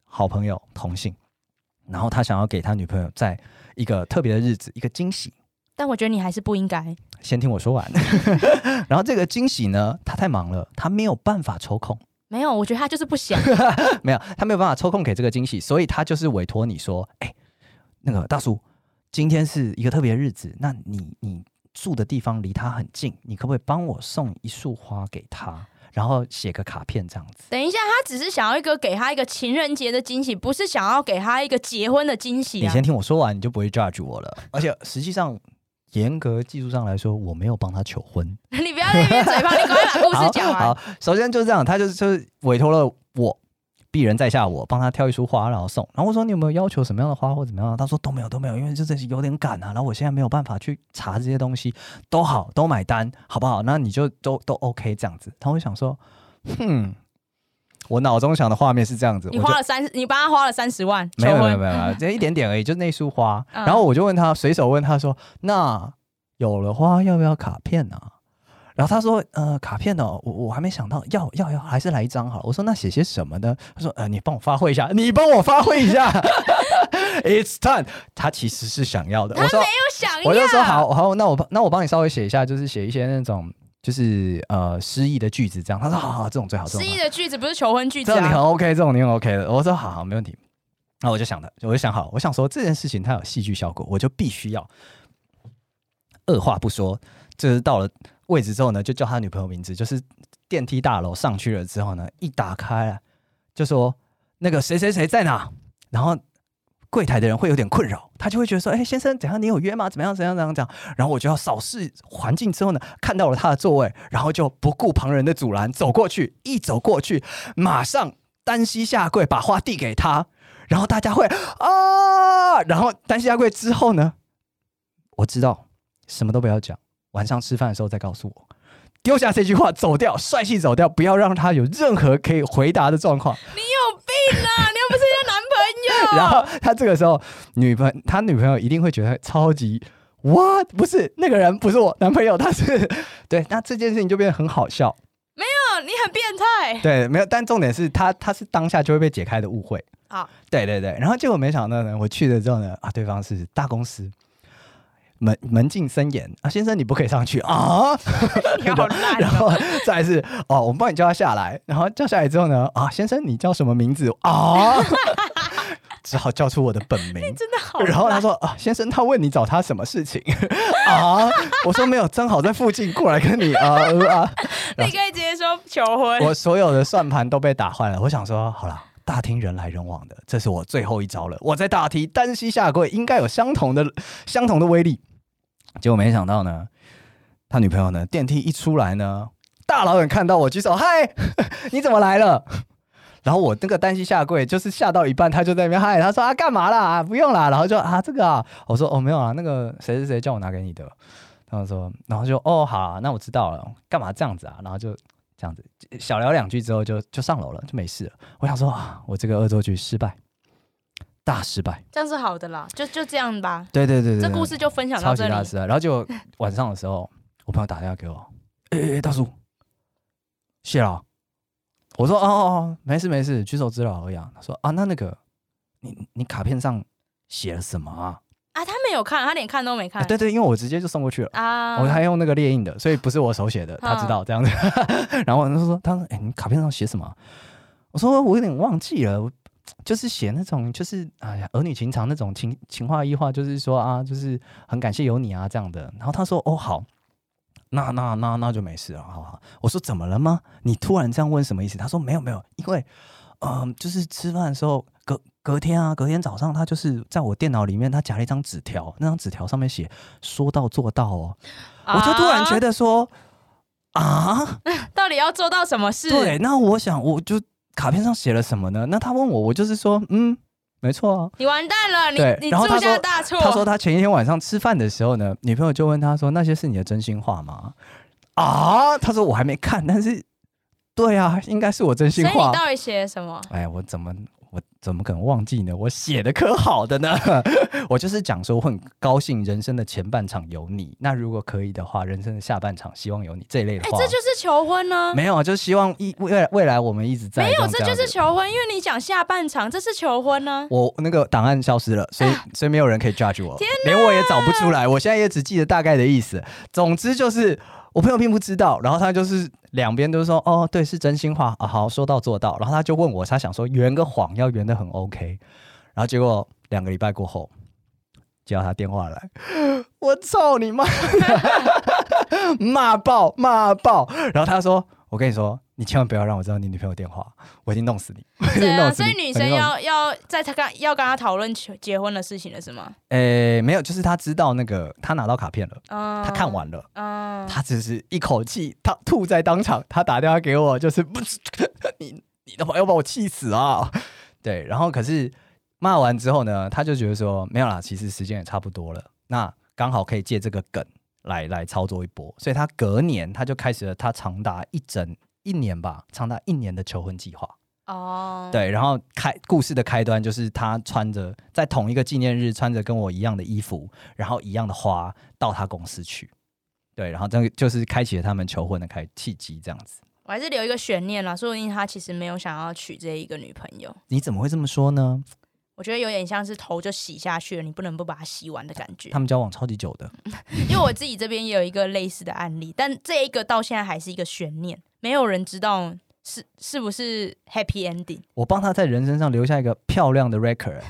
Speaker 1: 好朋友、同性，然后他想要给他女朋友在一个特别的日子一个惊喜。
Speaker 2: 但我觉得你还是不应该。
Speaker 1: 先听我说完，然后这个惊喜呢，他太忙了，他没有办法抽空，
Speaker 2: 没有，我觉得他就是不想。
Speaker 1: 没有，他没有办法抽空给这个惊喜，所以他就是委托你说，哎、那个大叔，今天是一个特别日子，那你你住的地方离他很近，你可不可以帮我送一束花给他？然后写个卡片这样子。
Speaker 2: 等一下，他只是想要一个给他一个情人节的惊喜，不是想要给他一个结婚的惊喜
Speaker 1: 你
Speaker 2: 啊！
Speaker 1: 先听我说完，你就不会 judge 我了。而且实际上，严格技术上来说，我没有帮他求婚。
Speaker 2: 你不要在那边嘴炮，你赶快把故事讲
Speaker 1: 好
Speaker 2: 完。
Speaker 1: 好，首先就是这样，他就是就是委托了我，鄙人在下我帮他挑一束花，然后送。然后我说你有没有要求什么样的花或怎么样？他说都没有都没有，因为这真是有点赶啊。然后我现在没有办法去查这些东西，都好都买单，好不好？那你就都都 OK 这样子。然后我想说，哼，我脑中想的画面是这样子，
Speaker 2: 你
Speaker 1: 我就
Speaker 2: 花了三十，你帮他花了三十万求
Speaker 1: 没有没有
Speaker 2: 婚，
Speaker 1: 没有没有，只有一点点而已，就是那束花。
Speaker 2: 嗯
Speaker 1: 然后我就问他，随手问他说：“那有了花要不要卡片啊？”然后他说：“呃，卡片哦，我我还没想到，要要要，还是来一张好了。”我说：“那写些什么呢？”他说：“呃，你帮我发挥一下，你帮我发挥一下。”It's time。他其实是想要的。我说：“
Speaker 2: 又想
Speaker 1: 我
Speaker 2: 要
Speaker 1: 就说好好，那我帮那我帮你稍微写一下，就是写一些那种就是呃诗意的句子这样。”他说：“好好，这种最好，这种
Speaker 2: 失
Speaker 1: 最好
Speaker 2: 忆的句子不是求婚句子
Speaker 1: 这你很
Speaker 2: 啊？
Speaker 1: OK，这种你很 OK 的。我说好好，没问题。那我就想的，我就想好，我想说这件事情它有戏剧效果，我就必须要二话不说，就是到了位置之后呢，就叫他女朋友名字，就是电梯大楼上去了之后呢，一打开啊就说那个谁谁谁在哪，然后。柜台的人会有点困扰，他就会觉得说：“哎、先生，等一下你有约吗？怎么样？怎样？怎样？怎样？”然后我就要扫视环境之后呢，看到了他的座位，然后就不顾旁人的阻拦走过去，一走过去，马上单膝下跪把花递给他，然后大家会啊，然后单膝下跪之后呢，我知道什么都不要讲，晚上吃饭的时候再告诉我。丢下这句话，走掉，帅气走掉，不要让他有任何可以回答的状况。
Speaker 2: 你有病啊！ 你又不是人家男朋 友。
Speaker 1: 然后他这个时候，女朋他女朋友一定会觉得超级 what，不是那个人不是我男朋友，他是对，那这件事情就变得很好笑。
Speaker 2: 哦你很变态。
Speaker 1: 对，没有，但重点是他他是当下就会被解开的误会。
Speaker 2: 好，
Speaker 1: 对对对，然后结果没想到呢，我去了之后呢，啊，对方是大公司，门门禁森严啊，先生你不可以上去啊，
Speaker 2: 你好烂
Speaker 1: 然
Speaker 2: 哦。
Speaker 1: 后再来是哦，我们帮你叫他下来，然后叫下来之后呢，啊，先生你叫什么名字啊？ 只好叫出我的本名。
Speaker 2: 真的好烂。
Speaker 1: 然后他说：“啊，先生，他问你找他什么事情 啊？”我说：“没有，正好在附近过来跟你啊呃啊。”
Speaker 2: 你可以直接说求婚。
Speaker 1: 我所有的算盘都被打坏了。我想说，好了，大厅人来人往的，这是我最后一招了。我在大厅单膝下跪，应该有相同的相同的威力。结果没想到呢，他女朋友呢，电梯一出来呢，大老远看到我举手，嗨， 你怎么来了？然后我那个单膝下跪，就是下到一半，他就在那边嗨，他说啊干嘛啦？啊不用啦，然后就啊这个啊，我说哦没有啊，那个谁谁谁叫我拿给你的，然后说，然后就哦好啊、那我知道了，干嘛这样子啊？然后就这样子小聊两句之后就就上楼了，就没事了。我想说啊，我这个恶作剧失败，大失败。
Speaker 2: 这样是好的啦，就就这样吧。
Speaker 1: 对对对对
Speaker 2: 这
Speaker 1: 对
Speaker 2: 故事就分享
Speaker 1: 超
Speaker 2: 到
Speaker 1: 级
Speaker 2: 这里
Speaker 1: 大。失败。然后就晚上的时候，我朋友打电话给我，哎、欸大叔，谢了。我说哦哦哦，没事没事，举手之劳而已啊。他说啊，那那个你你卡片上写了什么啊？
Speaker 2: 啊，他没有看，他连看都没
Speaker 1: 啊
Speaker 2: 看。
Speaker 1: 对对，因为我直接就送过去了。
Speaker 2: 啊，
Speaker 1: 我还哦用那个猎印的，所以不是我手写的，他知道这样子。 然后他就说：“他说，哎、你卡片上写什么啊、我说：“我有点忘记了，我就是写那种，就是哎呀，儿女情长那种情情话意话，就是说啊，就是很感谢有你啊这样的。”然后他说：“哦，好，那那那那就没事了，好好。”我说：“怎么了吗？你突然这样问什么意思？”他说：“没有没有，因为嗯、就是吃饭的时候隔。”隔天啊，隔天早上他就是在我电脑里面，他夹了一张纸条，那张纸条上面写“说到做到”哦，
Speaker 2: 啊
Speaker 1: 我就突然觉
Speaker 2: 得，
Speaker 1: 得说，啊，
Speaker 2: 到底要做到什么事？
Speaker 1: 对，那我想我就卡片上写了什么呢？那他问我，我就是说，嗯，没错啊。
Speaker 2: 你完蛋了，你
Speaker 1: 对
Speaker 2: 你
Speaker 1: 然后他
Speaker 2: 铸下
Speaker 1: 说
Speaker 2: 大错。
Speaker 1: 他说他前一天晚上吃饭的时候呢，女朋友就问他说：“那些是你的真心话吗？”啊，他说我还没看，但是，对啊，应该是我真心
Speaker 2: 所以你
Speaker 1: 话。
Speaker 2: 到底写了什么？
Speaker 1: 哎，我怎么我怎么可能忘记呢？我写的可好的呢， 我就是讲说我很高兴人生的前半场有你，那如果可以的话，人生的下半场希望有你这一类的
Speaker 2: 哎，
Speaker 1: 话。
Speaker 2: 这就是求婚呢。
Speaker 1: 没有啊，就是希望一未来未来我们一直在
Speaker 2: 没有，
Speaker 1: 样
Speaker 2: 哦这就是
Speaker 1: 样子
Speaker 2: 求婚，因为你讲下半场，这是求 婚呢。
Speaker 1: 我那个档案消失了， 所以所以没有人可以 judge 我，连我也找不出来。我现在也只记得大概的意思。总之就是我朋友并不知道，然后他就是两边都说哦，对，是真心话啊，好说到做到。然后他就问我，他想说圆个谎要圆的很 OK，然后结果两个礼拜过后。接到他电话来，我操 你妈！骂爆骂爆。然后他说：“我跟你说，你千万不要让我知道你女朋友电话，我一定弄死你。我一定
Speaker 2: 对啊，
Speaker 1: 弄死
Speaker 2: 所
Speaker 1: 你
Speaker 2: 以
Speaker 1: 我
Speaker 2: 女生
Speaker 1: 一定弄死
Speaker 2: 要要在他跟要跟他讨论求结婚的事情了，是吗？
Speaker 1: 你……诶，没有，就是他知道那个他拿到卡片了，
Speaker 2: 嗯，
Speaker 1: 他看，完了。
Speaker 2: 嗯，
Speaker 1: 他只是一口气，他吐在当场，他打电话给我，就是不是 你你的朋友把我气死啊！ 对，然后可是骂完之后呢，他就觉得说没有啦，其实时间也差不多了，那刚好可以借这个梗来来操作一波，所以他隔年他就开始了他长达一整一年吧，长达一年的求婚计划。
Speaker 2: 哦，，
Speaker 1: 对，然后开故事的开端就是他穿着在同一个纪念日穿着跟我一样的衣服，然后一样的花到他公司去。对，然后这个就是开启了他们求婚的开契机，这样子。
Speaker 2: 我还是留一个悬念啦，说不定他其实没有想要娶这一个女朋友。
Speaker 1: 你怎么会这么说呢？
Speaker 2: 我觉得有点像是头就洗下去了，你不能不把它洗完的感觉
Speaker 1: 他。们交往超级久的，
Speaker 2: 因为我自己这边也有一个类似的案例，但这一个到现在还是一个悬念，没有人知道是是不是 happy ending。
Speaker 1: 我帮他在人身上留下一个漂亮的 record。欸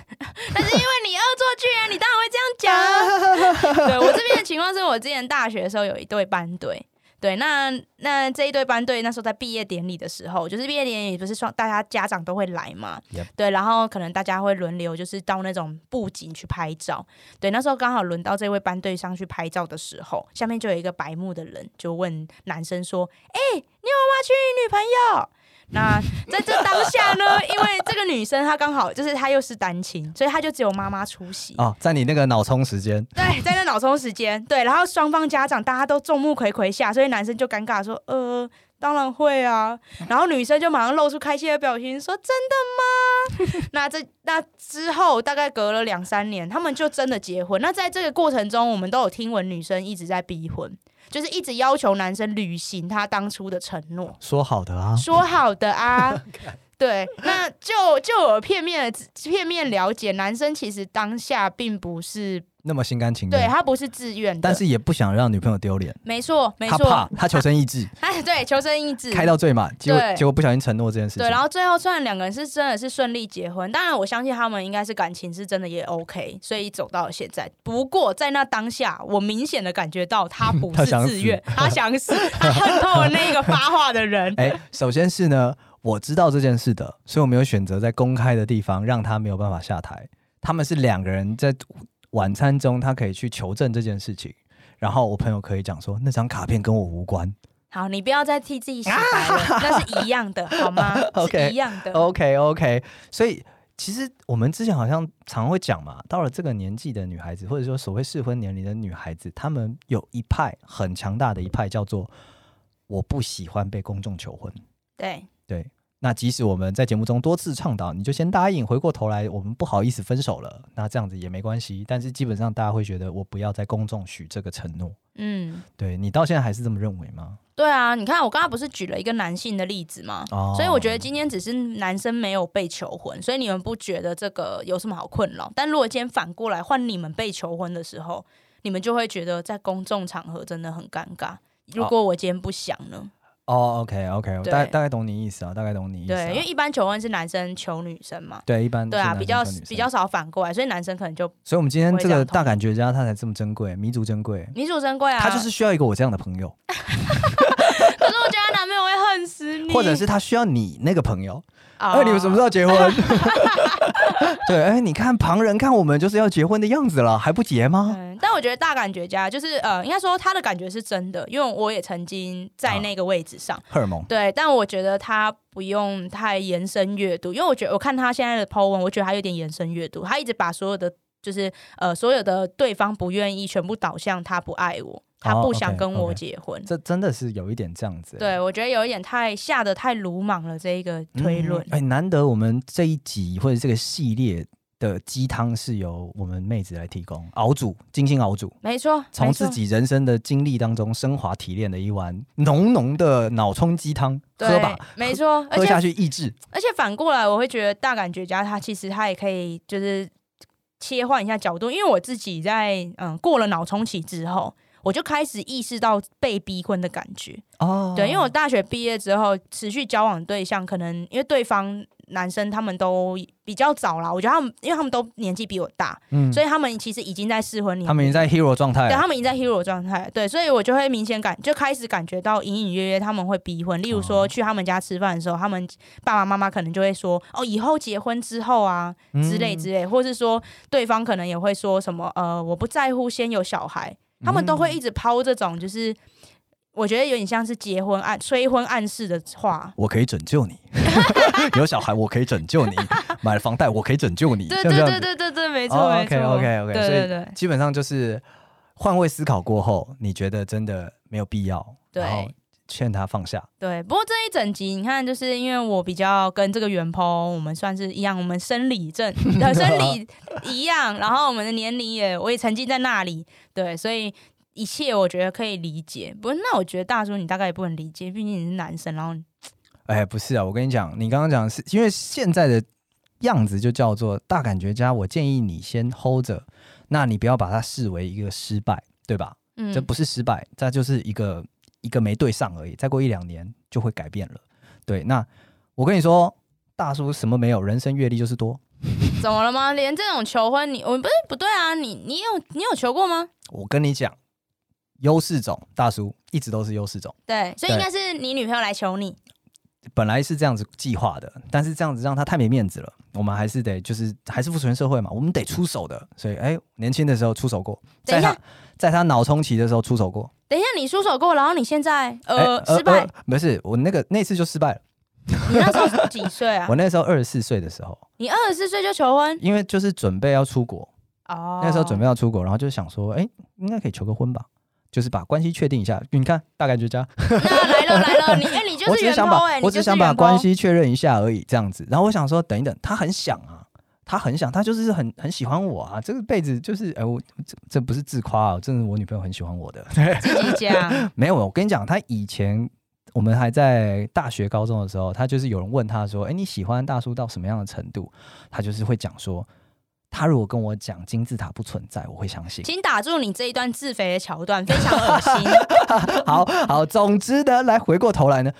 Speaker 2: 但是因为你恶作剧啊，你当然会这样讲啊。对我这边的情况是我之前大学的时候有一对班队。对，那那这一对班队那时候在毕业典礼的时候，就是毕业典礼不是说大家家长都会来嘛
Speaker 1: Yep
Speaker 2: 对，然后可能大家会轮流就是到那种布景去拍照，对，那时候刚好轮到这位班队上去拍照的时候，下面就有一个白目的人就问男生说：“哎、你有没有要娶女朋友？” 那在这当下呢，因为这个女生她刚好就是她又是单亲，所以她就只有妈妈出席。
Speaker 1: 哦，在你那个脑充时间，
Speaker 2: 对，在那脑充时间，对，然后双方家长大家都众目睽睽下，所以男生就尴尬说：“呃，当然会啊。”然后女生就马上露出开心的表情，说：“真的吗？” 那这那之后大概隔了两三年，他们就真的结婚。那在这个过程中，我们都有听闻女生一直在逼婚，就是一直要求男生履行他当初的承诺。
Speaker 1: 说好的啊，
Speaker 2: 说好的啊。对，那就就我片面的片面了解，男生其实当下并不是，
Speaker 1: 那么心甘情
Speaker 2: 对
Speaker 1: 愿，
Speaker 2: 他不是自愿的，
Speaker 1: 嗯但是也不想让女朋友丢脸，
Speaker 2: 没错没
Speaker 1: 他怕
Speaker 2: 错，
Speaker 1: 他求生意志
Speaker 2: 哎， 对，求生意志，
Speaker 1: 开到最满，结果
Speaker 2: 对
Speaker 1: 结果不小心承诺这件事
Speaker 2: 对，
Speaker 1: 情
Speaker 2: 然。后最后虽然两个人是真的是顺利结婚，当然我相信他们应该是感情是真的也 OK，所以走到了现在。不过在那当下，我明显的感觉到他不
Speaker 1: 他
Speaker 2: 是
Speaker 1: 想。
Speaker 2: 自愿，他想死，他恨透了那个发话的人
Speaker 1: 哎，首先是呢，我知道这件事的，所以我没有选择在公开的地方让他没有办法下台。他们是两个人在晚餐中，他可以去求证这件事情。然后我朋友可以讲说，那张卡片跟我无关。
Speaker 2: 好，你不要再替自己洗白 了，那是一样的，好吗？
Speaker 1: OK 哦
Speaker 2: 是一样的。
Speaker 1: OK OK，所以其实我们之前好像常会讲嘛，到了这个年纪的女孩子，或者说所谓适婚年龄的女孩子，她们有一派很强大的一派叫做我不喜欢被公众求婚。
Speaker 2: 对，
Speaker 1: 对，那即使我们在节目中多次倡导，你就先答应，回过头来我们不好意思分手了，那这样子也没关系。但是基本上大家会觉得我不要在公众许这个承诺。
Speaker 2: 嗯，
Speaker 1: 对你到现在还是这么认为吗？
Speaker 2: 对啊，你看我刚刚不是举了一个男性的例子吗？
Speaker 1: 哦
Speaker 2: 所以我觉得今天只是男生没有被求婚，所以你们不觉得这个有什么好困扰？但如果今天反过来换你们被求婚的时候，你们就会觉得在公众场合真的很尴尬。如果我今天不想呢？
Speaker 1: 哦，OK，OK，我、o k OK，
Speaker 2: 对
Speaker 1: 大大概懂你意思啊，大概懂你意思、啊。
Speaker 2: 对，因为一般求婚是男生求女生嘛，
Speaker 1: 对一般
Speaker 2: 对
Speaker 1: 是
Speaker 2: 啊，
Speaker 1: 男
Speaker 2: 比
Speaker 1: 生
Speaker 2: 较
Speaker 1: 跟女生
Speaker 2: 比较，少反过来，所以男生可能就
Speaker 1: 所以我们今天
Speaker 2: 不会
Speaker 1: 这
Speaker 2: 这
Speaker 1: 个
Speaker 2: 样同
Speaker 1: 大感觉家他才这么珍贵，弥足珍贵。
Speaker 2: 女主珍贵啊。
Speaker 1: 他就是，需要一个我这样的朋友，
Speaker 2: 可是我觉得她男朋友会恨死你，
Speaker 1: 或者是他需要你那个朋友。
Speaker 2: 啊
Speaker 1: 哎、你们什么时候 结婚？ 对，哎、你看旁人看我们就是要结婚的样子了，还不结吗？
Speaker 2: 嗯，但我觉得大感觉家就是呃，应该说他的感觉是真的，因为我也曾经
Speaker 1: 啊
Speaker 2: 在那个位置上。
Speaker 1: 荷尔蒙。
Speaker 2: 对，但我觉得他不用太延伸阅读，因为我觉得我看他现在的 po 文，我觉得他有点延伸阅读，他一直把所有的就是呃所有的对方不愿意全部导向他不爱我，他
Speaker 1: 哦
Speaker 2: 不
Speaker 1: ，OK，
Speaker 2: 想跟我
Speaker 1: OK
Speaker 2: 结婚。
Speaker 1: 这真的是有一点这样子。
Speaker 2: 对，我觉得有一点太下的太鲁莽了，这一个
Speaker 1: 嗯，
Speaker 2: 推论。
Speaker 1: 哎、难得我们这一集或者这个系列的鸡汤是由我们妹子来提供，熬煮，精心熬煮，
Speaker 2: 没错，
Speaker 1: 从
Speaker 2: 没错
Speaker 1: 自己人生的经历当中升华提炼的一碗浓浓的脑冲鸡汤，喝
Speaker 2: 对
Speaker 1: 吧，，
Speaker 2: 没错，而
Speaker 1: 喝
Speaker 2: 且
Speaker 1: 下去益智。
Speaker 2: 而且反过来，我会觉得大感觉家他其实他也可以就是切换一下角度，因为我自己在嗯过了脑冲期之后，我就开始意识到被逼婚的感觉。
Speaker 1: 哦
Speaker 2: 对，因为我大学毕业之后，持续交往对象可能因为对方男生他们都比较早啦，我觉得他们因为他们都年纪比我大，
Speaker 1: 嗯
Speaker 2: 所以他们其实已经在适婚年龄，
Speaker 1: 他们已经在 hero 状态
Speaker 2: 对
Speaker 1: 了，
Speaker 2: 他们已经在 hero 状态，对，所以我就会明显感就开始感觉到隐隐约约他们会逼婚，例如
Speaker 1: 哦
Speaker 2: 说去他们家吃饭的时候，他们爸爸妈妈可能就会说哦，以后结婚之后啊之
Speaker 1: 嗯
Speaker 2: 类之类，或是说对方可能也会说什么呃，我不在乎先有小孩，他们
Speaker 1: 嗯
Speaker 2: 都会一直抛这种就是。我觉得有点像是结婚暗催婚暗示的话，
Speaker 1: 我可以拯救 你， 有小孩我可以拯救你，买了房贷我可以拯救你，
Speaker 2: 对
Speaker 1: 像
Speaker 2: 对
Speaker 1: 这样子
Speaker 2: 对对对对，没错
Speaker 1: 哦
Speaker 2: 没错
Speaker 1: ，OK，OK，OK，
Speaker 2: 对
Speaker 1: 所以
Speaker 2: 对对，
Speaker 1: 基本上就是换位思考过后，你觉得真的没有必要，
Speaker 2: 对
Speaker 1: 然后劝他放下，
Speaker 2: 对，不过这一整集你看，就是因为我比较跟这个袁鹏，我们算是一样，我们生理症、 呃、生理一样，然后我们的年龄也，我也沉浸在那里，对，所以一切我觉得可以理解。不过那我觉得大叔你大概也不能理解，毕竟你是男生，然 后你
Speaker 1: 哎，不是啊，我跟你讲，你刚刚讲的是因为现在的样子就叫做大感觉家，我建议你先 hold 着，那你不要把它视为一个失败，对吧？
Speaker 2: 嗯
Speaker 1: 这不是失败，这就是一个一个没对上而已。再过一两年就会改变了。对，那我跟你说，大叔什么没有，人生阅历就是多。
Speaker 2: 怎么了吗？连这种求婚你，我不是不对啊，你你有你有求过吗？
Speaker 1: 我跟你讲，优势种大叔一直都是优势种，
Speaker 2: 对，所以应
Speaker 1: 对
Speaker 2: 该是你女朋友来求你，
Speaker 1: 本来是这样子计划的，但是这样子让他太没面子了。我们还是得就是还是父权社会嘛，我们得出手的。所以哎、年轻的时候出手过，
Speaker 2: 等
Speaker 1: 在
Speaker 2: 一下
Speaker 1: 他在他脑充期的时候出手过，
Speaker 2: 等一下你出手过，然后你现在
Speaker 1: 哎
Speaker 2: 呃失败，
Speaker 1: 不是我那个那次就失败了。
Speaker 2: 你那时候是几岁啊
Speaker 1: 我？那时候二十四岁的时候，
Speaker 2: 你二十四岁就求婚
Speaker 1: 因为就是准备要出国，
Speaker 2: 哦，
Speaker 1: 那时候准备要出国，然后就想说，哎、应该可以求个婚吧，就是把关系确定一下。你看，大感觉家，
Speaker 2: 那啊来了来了，你哎、你就
Speaker 1: 我只
Speaker 2: 是
Speaker 1: 是
Speaker 2: 原
Speaker 1: 想
Speaker 2: 抛
Speaker 1: 把
Speaker 2: 哎、你
Speaker 1: 我
Speaker 2: 就
Speaker 1: 只
Speaker 2: 是
Speaker 1: 是想把
Speaker 2: 原 po
Speaker 1: 关系确认一下而已，这样子。然后我想说，等一等，他很想啊，他很想，他就是很很喜欢我啊，这个辈子就是，哎、我这这不是自夸啊，真的我女朋友很喜欢我的。
Speaker 2: 自己讲，
Speaker 1: 没有，我跟你讲，他以前。我们还在大学、高中的时候，他就是有人问他说：“哎、你喜欢大叔到什么样的程度？”他就是会讲说，他如果跟我讲金字塔不存在，我会相信。
Speaker 2: 请打住你这一段自肥的桥段，非常恶心。
Speaker 1: 好好，总之呢，来回过头来呢，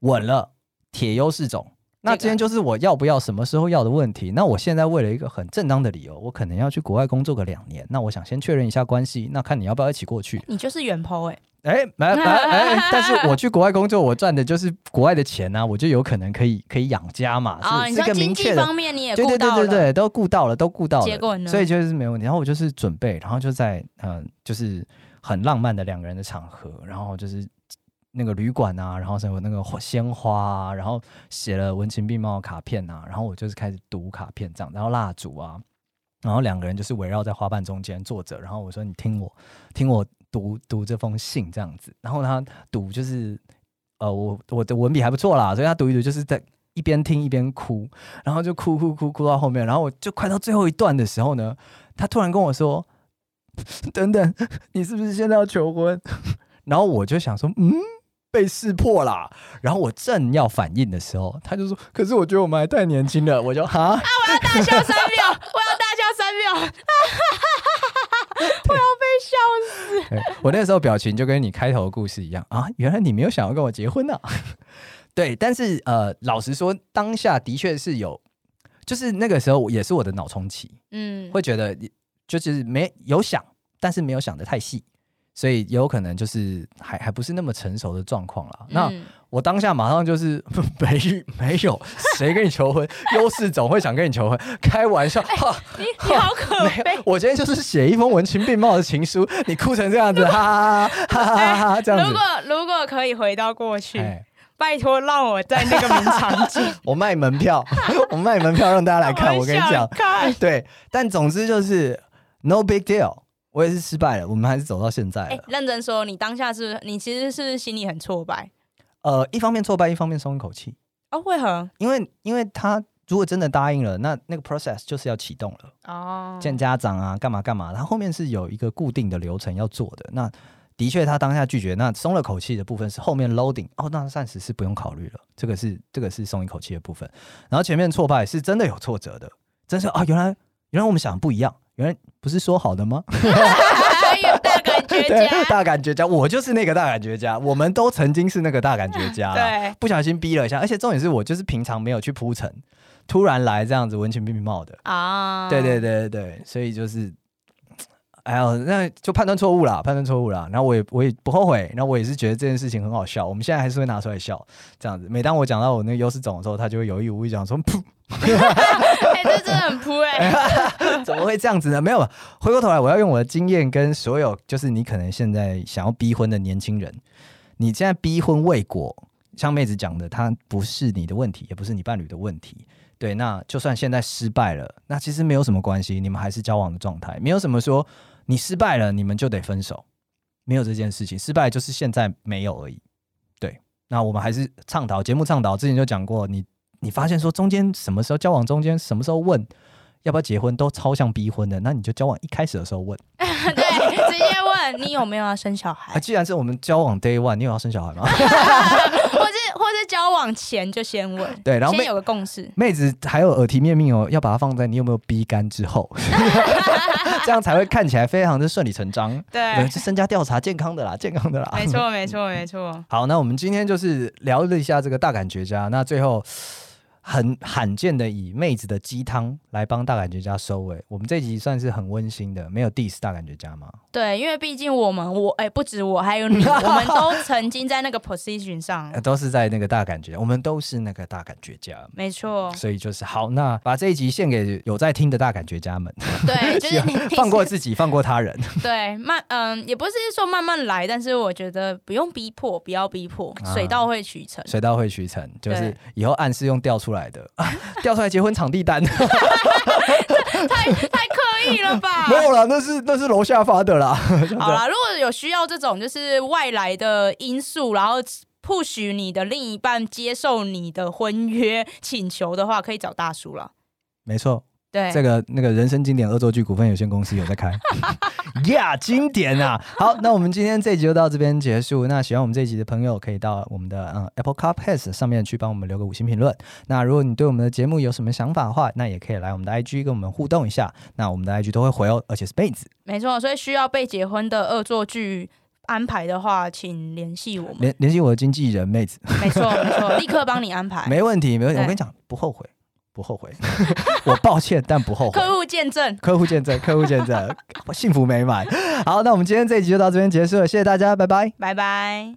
Speaker 1: 稳了，铁优势种。那
Speaker 2: 这个
Speaker 1: 今天就是我要不要、什么时候要的问题。那我现在为了一个很正当的理由，我可能要去国外工作个两年。那我想先确认一下关系，那看你要不要一起过去。
Speaker 2: 你就是原抛哎、
Speaker 1: 哎，没没哎，但是我去国外工作，我赚的就是国外的钱啊，我就有可能可以可以养家嘛，
Speaker 2: 啊、
Speaker 1: 是是
Speaker 2: 你说
Speaker 1: 个
Speaker 2: 经
Speaker 1: 明
Speaker 2: 济
Speaker 1: 确的
Speaker 2: 方面你也
Speaker 1: 对
Speaker 2: 顾
Speaker 1: 对对
Speaker 2: 到
Speaker 1: 对
Speaker 2: 了，
Speaker 1: 对，都顾到了，都顾到了。
Speaker 2: 结果呢
Speaker 1: 所以就是没问题。然后我就是准备，然后就在嗯、呃就是很浪漫的两个人的场合，然后就是那个旅馆啊，然后什么那个花鲜花啊，然后写了文情并茂的卡片啊，然后我就是开始读卡片这样，然后蜡烛啊，然后两个人就是围绕在花瓣中间坐着，然后我说你听我听我读读这封信这样子，然后他读就是呃我我的文笔还不错啦，所以他读一读就是在一边听一边哭，然后就哭哭哭哭到后面，然后我就快到最后一段的时候呢，他突然跟我说：“ 等等， 你是不是现在要求婚？” 然后我就想说：“嗯，被识破啦。”然后我正要反应的时候，他就说：“可是我觉得我们还太年轻了。”我就哈，
Speaker 2: 大笑三秒， 我要大笑三秒，我要被笑死。
Speaker 1: 对哎我那时候表情就跟你开头的故事一样啊，原来你没有想要跟我结婚呢、啊。 对，但是呃，老实说，当下的确是有，就是那个时候也是我的脑充期，
Speaker 2: 嗯，
Speaker 1: 会觉得就是没有想，但是没有想的太细，所以有可能就是还还不是那么成熟的状况啦。那
Speaker 2: 嗯
Speaker 1: 我当下马上就是 没没有谁跟你求婚，优势总会想跟你求婚，开玩笑。
Speaker 2: 哎
Speaker 1: 哈
Speaker 2: 你你好可
Speaker 1: 没
Speaker 2: 悲
Speaker 1: 有，，我今天就是写一封文情并茂的情书，你哭成这样子，哈哈哈哈哈哈，这样
Speaker 2: 哎如
Speaker 1: 子
Speaker 2: 果。如果可以回到过去，
Speaker 1: 哎，
Speaker 2: 拜托让我在那个名场 景，
Speaker 1: 我卖门票，我卖门票让大家来看。我跟 你
Speaker 2: 想
Speaker 1: 讲，
Speaker 2: 看
Speaker 1: 对，但总之就是 no big deal，我也是失败了，我们还是走到现在
Speaker 2: 哎、
Speaker 1: 了。
Speaker 2: 认真说，你当下是你其实是心里很挫败
Speaker 1: 呃，一方面挫败，一方面松一口气，
Speaker 2: 哦？为何？
Speaker 1: 因为因为他如果真的答应了，那那个 process 就是要启动了，
Speaker 2: 哦，
Speaker 1: 见家长啊，干嘛干嘛，他后面是有一个固定的流程要做的。那的确，他当下拒绝，那松了口气的部分是后面 loading 哦，那暂时是不用考虑了，这个是这个是松一口气的部分。然后前面挫败是真的有挫折的，真是哦啊，原来原来我们想的不一样，原来不是说好的吗？
Speaker 2: 还有大感觉
Speaker 1: 对
Speaker 2: 家，，
Speaker 1: 大感觉家，我就是那个大感觉家，我们都曾经是那个大感觉家啦，
Speaker 2: 对
Speaker 1: 不小心逼了一下，而且重点是我就是平常没有去铺陈，突然来这样子文情并茂的，
Speaker 2: 啊，
Speaker 1: 对对对对对，所以就是，哎呦，那就判断错误啦，判断错误啦。然后我也我也不后悔，然后我也是觉得这件事情很好笑，我们现在还是会拿出来笑，这样子。每当我讲到我那个优势种的时候，他就会有意无意讲说，噗，
Speaker 2: 哎，这真的很扑哎，
Speaker 1: 怎么会这样子呢？没有，回过头来，我要用我的经验跟所有，就是你可能现在想要逼婚的年轻人，你现在逼婚未果，像妹子讲的，它不是你的问题，也不是你伴侣的问题。对，那就算现在失败了，那其实没有什么关系，你们还是交往的状态，没有什么说你失败了你们就得分手，没有这件事情，失败就是现在没有而已。对，那我们还是倡导节目倡导，之前就讲过，你你发现说中间什么时候交往中间什么时候问要不要结婚都超像逼婚的，那你就交往一开始的时候问。
Speaker 2: 对，直接问你有没有要生小孩
Speaker 1: 啊，，既然是我们交往 day one，你有要生小 孩吗？
Speaker 2: 或是或是交往前就先问，
Speaker 1: 对，然后
Speaker 2: 先
Speaker 1: 妹
Speaker 2: 有个 共识，
Speaker 1: 妹子还有耳提面命哦，要把它放在你有没有逼干之后， 这样才会看起来非常的顺理成章。
Speaker 2: 对，
Speaker 1: 是身家调查健康的啦，健康的啦。
Speaker 2: 没错没错 没错，
Speaker 1: 好，那我们今天就是聊了一下这个大感觉家，那最后很罕见的以妹子的鸡汤来帮大感觉家收尾。我们这集算是很温馨的，没有 diss 大感觉家吗？
Speaker 2: 对，因为毕竟我们我哎不止我，还 有你，我们都曾经在那个 position 上
Speaker 1: 呃，都是在那个大感觉，我们都是那个大感觉家。
Speaker 2: 没错，
Speaker 1: 所以就是好，那把这一集献给有在听的大感觉家们，
Speaker 2: 对，就是你
Speaker 1: 放过自己，放过他人。
Speaker 2: 对，慢，嗯，也不是说慢慢来，但是我觉得不用逼迫，不要逼迫，
Speaker 1: 啊
Speaker 2: 水到会渠成。
Speaker 1: 水到会渠成，就是
Speaker 2: 对
Speaker 1: 以后暗示用调出来的，啊调、出来结婚场地单没
Speaker 2: 太太刻意了 吧？
Speaker 1: 有啦，那是那是楼下发的啦。
Speaker 2: 好啦，如果有需要这种就是外来的因素，然后 push 你的另一半接受你的婚约请求的话，可以找大叔了。
Speaker 1: 没错，
Speaker 2: 对，
Speaker 1: 这个那个人生经典恶作剧股份有限公司有在开 呀经典啊！好，那我们今天这集就到这边结束。那喜欢我们这集的朋友，可以到我们的嗯 Apple c a r p a s 上面去帮我们留个五星评论。那如果你对我们的节目有什么想法的话，那也可以来我们的 IG 跟我们互动一下。那我们的 IG 都会回哦，而且是妹子
Speaker 2: 没错。所以需要被结婚的恶作剧安排的话，请联系我们。
Speaker 1: 联联系我的经纪人妹子，
Speaker 2: 没错，没错，立刻帮你安排。
Speaker 1: 没问题，没问题。
Speaker 2: 对
Speaker 1: 我跟你讲，不后悔，不后悔。 我抱歉，但不后悔。
Speaker 2: 客户见证，
Speaker 1: 客户见证，客户见证，幸福美满。好，那我们今天这一集就到这边结束了，谢谢大家，拜拜。
Speaker 2: 拜拜。